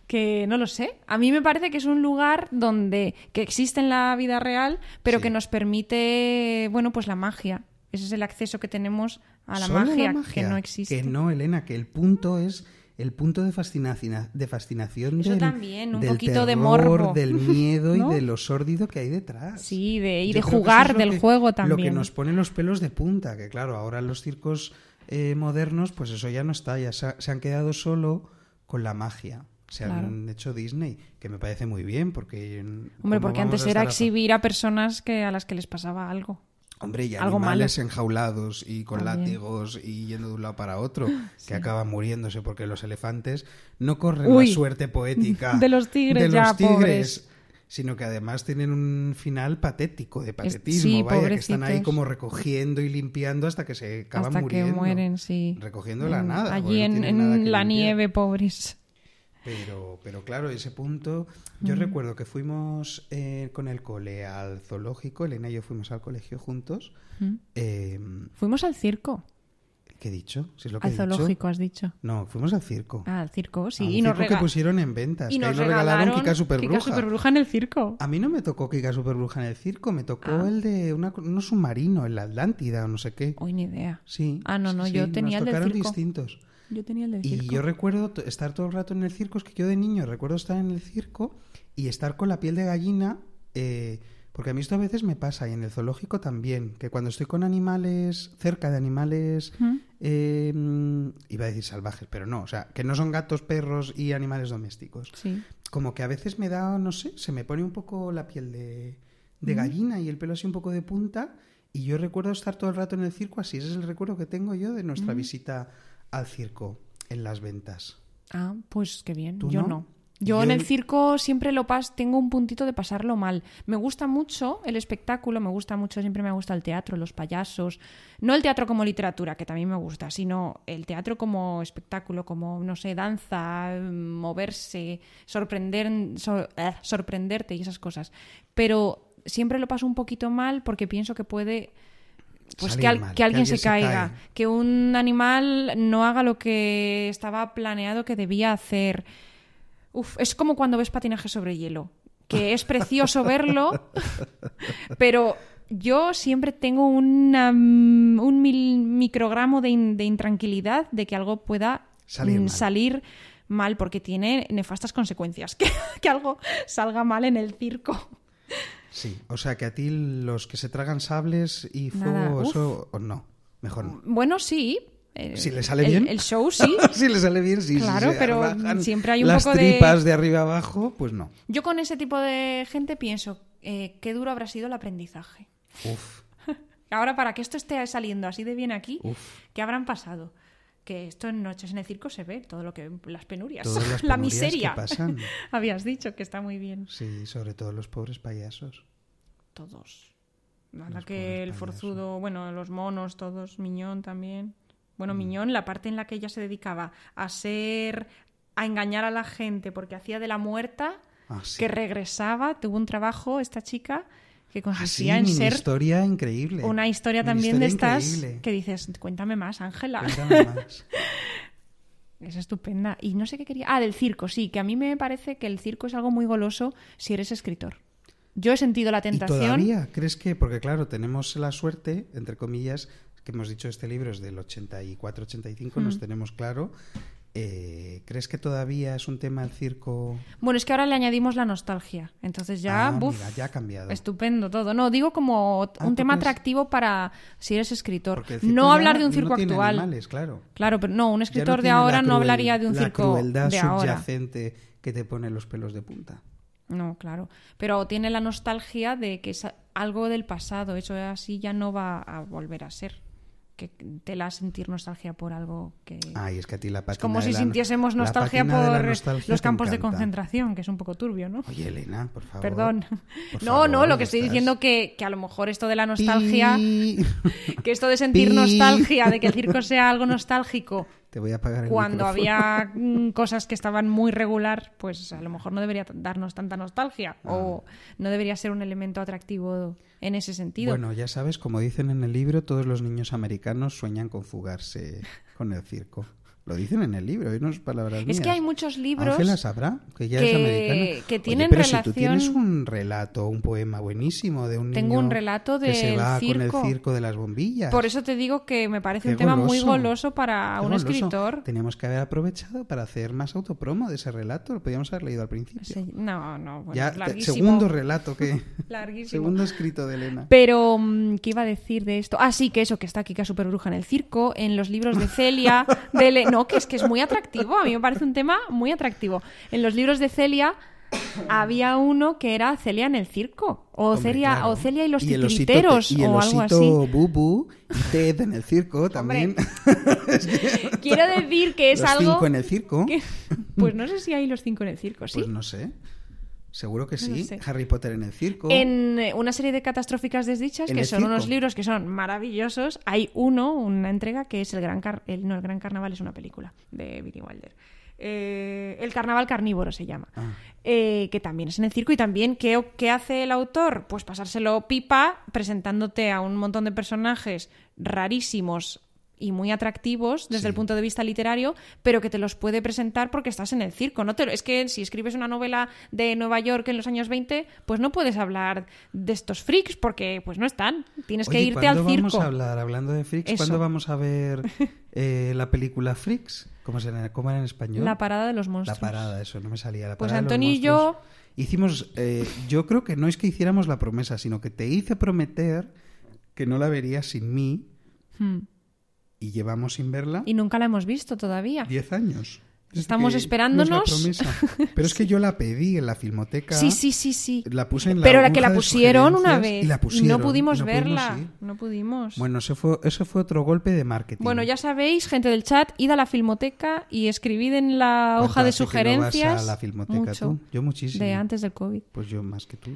que no lo sé. A mí me parece que es un lugar donde que existe en la vida real, pero
Sí.
que nos permite, bueno, pues la magia. Ese es el acceso que tenemos a la,
Solo
magia, que no existe.
Que no, Elena, que el punto es el punto de, fascinación de fascinación
Eso
del,
también, un
del
poquito de
terror,
morbo.
del miedo
¿No?
y de lo sórdido que hay detrás.
Sí, de- y
Yo
de
creo que eso
jugar
es lo
del
que-
juego
Lo que
también.
nos pone los pelos de punta, que claro, ahora en los circos eh, modernos, pues eso ya no está, ya se, ha- se han quedado solo con la magia. Se han hecho Disney, que me parece muy bien, porque...
Hombre,
¿cómo
porque
Pues vamos
antes
a
era
estar a fa-
exhibir a personas que a las que les pasaba algo.
Hombre, y
Algo
animales enjaulados y con
También.
látigos y yendo de un lado para otro, que acaban muriéndose porque los elefantes no corren
Uy.
la suerte poética
De los tigres
de los
ya,
tigres,
pobres.
sino que además tienen un final patético, de patetismo,
sí,
vaya, que están ahí
pobrecitos.
como recogiendo y limpiando hasta que se acaban
hasta
muriendo.
que mueren, sí.
Recogiendo la
Mm,
nada.
Allí
porque no
en,
tienen nada
en
que
la
limpiar.
nieve, pobres.
Pero, pero claro, ese punto. Yo recuerdo que fuimos eh, con el cole al zoológico, Elena y yo fuimos al colegio juntos.
Mm.
Eh,
Fuimos al circo,
¿Qué he dicho? Si es lo que
al
he dicho.
zoológico, has dicho.
No, fuimos al circo.
Ah, al circo, sí.
A un
y nos
circo que
rega-
pusieron en ventas.
y
que ahí
nos
nos regalaron
regalaron
Kika Superbruja. Ah,
Superbruja en el circo.
A mí no me tocó Kika Superbruja en el circo, me tocó
Ah.
el de una, un submarino en la Atlántida o no sé qué.
Hoy ni idea.
Sí.
Ah, no, no,
sí,
yo
sí,
tenía
nos
el del
tocaron
circo.
distintos.
Yo tenía el del
Y yo recuerdo t- estar todo el rato en el circo, es que yo de niño recuerdo estar en el circo y estar con la piel de gallina eh, Porque a mí esto a veces me pasa, y en el zoológico también, que cuando estoy con animales, cerca de animales,
Ujú.
eh, iba a decir salvajes, pero no, o sea, que no son gatos, perros y animales domésticos.
Sí.
Como que a veces me da, no sé, se me pone un poco la piel de, de gallina y el pelo así un poco de punta, y yo recuerdo estar todo el rato en el circo así, ese es el recuerdo que tengo yo de nuestra visita al circo, en las ventas.
Ah, pues qué bien.
¿Tú
Yo
no?
no.
Yo
Yo en
el-
el circo siempre lo pas, tengo un puntito de pasarlo mal. Me gusta mucho el espectáculo, me gusta mucho, siempre me gusta el teatro, los payasos. No el teatro como literatura, que también me gusta, sino el teatro como espectáculo, como, no sé, danza, mm, moverse, sorprender, sor- eh, sorprenderte y esas cosas. Pero siempre lo paso un poquito mal porque pienso que puede pues
Salir
que, al-
mal,
que
que
alguien, se,
alguien se
caiga,
cae.
que un animal no haga lo que estaba planeado que debía hacer. Uf, es como cuando ves patinaje sobre hielo, que es precioso verlo, pero yo siempre tengo una, mm, un mil- microgramo de, in- de intranquilidad de que algo pueda
Salir
mm,
mal.
salir mal, porque tiene nefastas consecuencias, que, que algo salga mal en el circo.
Sí, o sea que a ti los que se tragan sables y
Nada,
fuego,
uf.
eso, o no, mejor no.
Bueno, sí. eh,
Si le sale
el-
bien.
El show sí,
si le sale bien, sí. si
Claro,
se
pero
bajan
siempre hay un
las
poco de-
tripas de arriba abajo, pues no.
Yo con ese tipo de gente pienso, eh, qué duro habrá sido el aprendizaje.
Uf,
Ahora, para que esto esté saliendo así de bien aquí,
Uf.
¿qué habrán pasado? Que esto en Noches en el Circo se ve, todo lo que las penurias,
Todas las
la
penurias
miseria.
que pasan.
Habías dicho que está muy bien.
sí, sobre todo los pobres payasos.
Todos. Nada
Los pobres
que el
payasos.
forzudo, bueno, los monos, todos, Miñón también.
Mm.
Bueno, Miñón, la parte en la que ella se dedicaba a ser, a engañar a la gente porque hacía de la muerta,
Ah, sí.
que regresaba, tuvo un trabajo esta chica que
Ah, sí,
consistía en
mini
ser
historia increíble.
una historia
Mini
también de
historia
estas
increíble.
que dices, cuéntame más, Ángela.
Cuéntame más.
Es estupenda. Y no sé qué quería. Ah, del circo, sí, que a mí me parece que el circo es algo muy goloso si eres escritor. Yo he sentido la
¿Y
tentación.
todavía crees que? Porque claro, tenemos la suerte, entre comillas, que hemos dicho este libro es del 84-85,
Mm.
nos tenemos claro. Eh, ¿Crees que todavía es un tema el circo?
Bueno, es que ahora le añadimos la nostalgia. Entonces ya,
Ah,
buf,
mira, ya ha cambiado.
Estupendo todo. No, digo como
Ah, ¿tú
un tema
crees?
atractivo para si eres escritor.
Porque el circo
No
ya
hablar de un
no
circo
tiene
actual.
animales, claro.
Claro, pero no, un
Ya no
escritor de
tiene la
ahora no
cruel-
hablaría de un circo
La crueldad
de ahora.
subyacente que te pone los pelos de punta.
No, claro. Pero tiene la nostalgia de que es a- algo del pasado. Eso así ya no va a volver a ser. Que te la sentir nostalgia por algo que.
Ay, es que a ti la
es
patina
como
de
si
la-
sintiésemos
la
nostalgia
patina de la
por
nostalgia
los
te
campos de
encanta.
concentración, que es un poco turbio, ¿no?
Oye, Elena, por favor.
Perdón.
Por
no,
favor,
no, lo que estoy
estás-
diciendo que, que a lo mejor esto de la nostalgia,
Pi.
que esto de sentir
Pi.
nostalgia, de que el circo sea algo nostálgico,
Te voy a apagar el
cuando
micrófono.
había mm, cosas que estaban muy regular, pues a lo mejor no debería t- darnos tanta nostalgia
Ah.
o no debería ser un elemento atractivo en ese sentido.
Bueno, ya sabes, como dicen en el libro, todos los niños americanos sueñan con fugarse con el circo. Lo dicen en el libro, y no es palabras
es que hay muchos libros.
Ángela sabrá que ya es
que-
americana.
que
Oye,
tienen
pero si tú
relación-
tienes un relato, un poema buenísimo de un
Tengo
niño
un relato
que se
del
va
circo.
con el circo de las bombillas.
Por eso te digo que me parece
Qué
un tema muy
goloso.
goloso para
Qué
un
goloso.
escritor.
Teníamos que haber aprovechado para hacer más autopromo de ese relato. Lo podíamos haber leído al principio.
Se- No, no, bueno,
ya,
es
te-
larguísimo.
segundo relato que.
Larguísimo.
segundo escrito de Elena.
Pero, mm, ¿qué iba a decir de esto? Ah, sí, que eso, que está Kika Superbruja en el circo, en los libros de Celia. de Le- No, que es que es muy atractivo, a mí me parece un tema muy atractivo. En los libros de Celia había uno que era Celia en el circo, o,
Hombre,
Celia,
claro.
o Celia y los
el osito te-
titiriteros,
y el
o algo
osito
así.
Bubu y Ted en el circo también. Es que-
Quiero decir que es
Los
algo...
cinco en el circo.
que- Pues no sé si hay los cinco en el circo, ¿sí?
Pues no sé. Seguro que
No lo
sí.
sé.
Harry Potter en el circo.
En eh, una serie de catastróficas desdichas,
En
que
el
son unos
circo.
libros que son maravillosos, hay uno, una entrega, que es El Gran, Car- el, no, el Gran Carnaval, es una película de Billy Wilder. Eh, el Carnaval Carnívoro se llama,
Ah.
Eh, que también es en el circo y también ¿qué, o- qué hace el autor? Pues pasárselo pipa presentándote a un montón de personajes rarísimos y muy atractivos desde
Sí.
el punto de vista literario, pero que te los puede presentar porque estás en el circo. No te lo- es que si escribes una novela de Nueva York en los años 20, pues no puedes hablar de estos freaks porque pues no están. Tienes que
Oye,
irte al
¿cuándo
circo.
vamos a hablar, hablando de Freaks,
Eso.
cuándo vamos a ver eh, la película Freaks? ¿Cómo, se, cómo era en español?
La parada de los monstruos.
La parada, eso, no me salía. La
Pues
parada de los
Antonio y
monstruos. Hicimos, eh, yo creo que no es que hiciéramos la promesa, sino que te hice prometer que no la verías sin mí
Hmm.
y llevamos sin verla
Y nunca la hemos visto todavía.
10 años. Es
Estamos
que
esperándonos.
no es la promesa. Pero es que yo la pedí en la filmoteca.
Sí, sí, sí, sí.
La puse en la
Pero la que
aguja
la
de
pusieron una
sugerencias
vez
y la
no
pusieron,
pudimos
no pudimos
verla.
ir.
no pudimos. Bueno,
Bueno, eso fue, eso fue otro golpe de marketing.
ya sabéis, gente del chat, id a la filmoteca y escribid en la
¿Cuánto
hoja de
hace que no vas
sugerencias.
a la filmoteca
mucho,
tú? Yo muchísimo.
De antes del COVID.
Pues yo más que tú.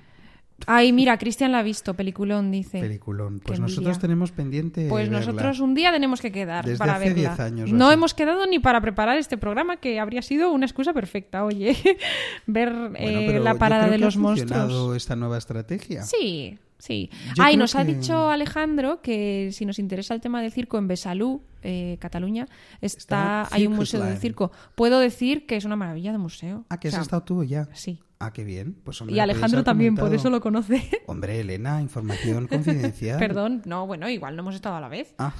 Ay, mira, Cristian la ha visto, peliculón, dice.
Peliculón. Pues
Qué
nosotros
envidia.
tenemos pendiente.
Pues
verla.
nosotros un día tenemos que quedar
Desde
para
hace
verla.
10 años o
no
así.
hemos quedado ni para preparar este programa, que habría sido una excusa perfecta, oye. Ver
Bueno,
eh,
pero
la
yo
parada
creo
de
que ha
los monstruos.
funcionado esta nueva estrategia.
Sí, sí.
Yo
Ay,
creo
nos ha
que-
dicho Alejandro que si nos interesa el tema del circo en Besalú, eh, Cataluña, está,
Está
hay un
Circus
museo del
Line.
circo. Puedo decir que es una maravilla de museo.
Ah, que
O
has
sea,
estado tú ya.
Sí.
Ah, qué bien. Pues hombre,
Y
lo podías
Alejandro
haber
también, por
comentado.
eso lo conoce.
Hombre, Elena, información confidencial.
Perdón, no, bueno, igual no hemos estado a la vez.
Ah,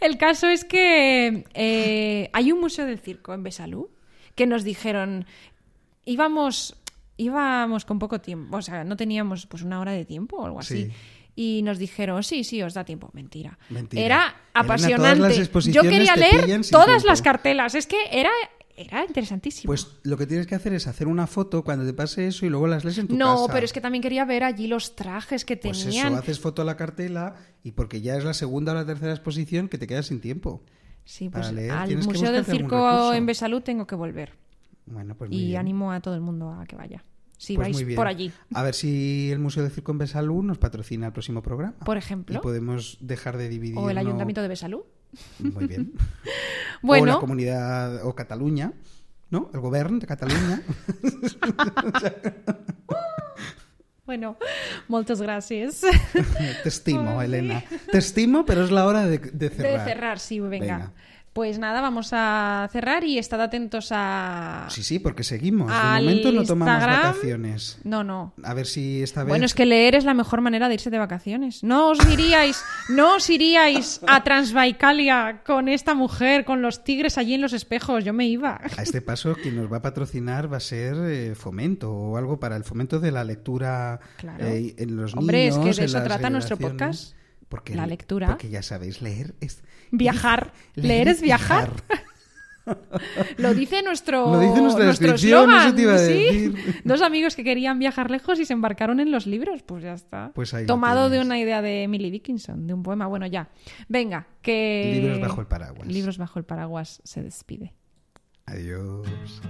El caso es que eh, hay un museo del circo en Besalú que nos dijeron íbamos íbamos con poco tiempo, o sea, no teníamos pues una hora de tiempo o algo así.
Sí.
Y nos dijeron, sí, sí, os da tiempo. Mentira.
Mentira.
Era
Elena,
apasionante.
todas las
Yo
exposiciones
quería
te
leer
pillan sin
todas
tiempo.
las cartelas. Es que era, era interesantísimo.
pues lo que tienes que hacer es hacer una foto cuando te pase eso y luego las lees en tu
no,
casa.
pero es que también quería ver allí los trajes que
Pues
tenían.
eso, haces foto a la cartela y porque ya es la segunda o la tercera exposición que te quedas sin tiempo.
sí,
para
pues
leer
al
tienes que
Museo del
buscarte algún
Circo
recurso.
en Besalú tengo que volver.
Bueno, pues muy
y
bien.
animo a todo el mundo a que vaya. Si
Pues muy
vais
bien.
por allí.
A ver si el Museo de Circo en Besalú nos patrocina el próximo programa.
Por ejemplo.
Ah, Y podemos dejar de dividir.
O el Ayuntamiento de Besalú.
Muy bien. O la
Bueno,
comunidad o Cataluña, ¿no? El gobierno de Cataluña.
bueno, muchas gracias.
Te estimo,
Ay.
Elena. Te estimo, pero es la hora de, de cerrar.
De cerrar, sí, venga.
Venga.
Pues nada, vamos a cerrar y estad atentos a...
Sí, sí, porque seguimos. De
Al
momento no tomamos
Instagram.
vacaciones.
No, no.
A ver si esta vez.
Bueno, es que leer es la mejor manera de irse de vacaciones. No os iríais, no os iríais a Transbaicalia con esta mujer, con los tigres allí en los espejos. Yo me iba.
A este paso, quien nos va a patrocinar va a ser eh, Fomento o algo para el fomento de la lectura
Claro.
eh, en los
Hombre, es
niños.
que de
en
eso
las
trata nuestro
generaciones.
podcast.
Porque
La
el-
lectura.
Porque ya sabéis, leer es.
Viajar. Leer es viajar. Lo dice nuestro.
Lo dice nuestra
nuestro
descripción,
eslogan,
eso te iba a
¿sí?
decir.
Dos amigos que querían viajar lejos y se embarcaron en los libros. Pues ya está.
Pues ahí lo
Tomado de
tienes.
una idea de Emily Dickinson, de un poema. Bueno, ya. Venga, que. Eh,
Libros bajo el paraguas.
Libros bajo el paraguas se despide.
Adiós.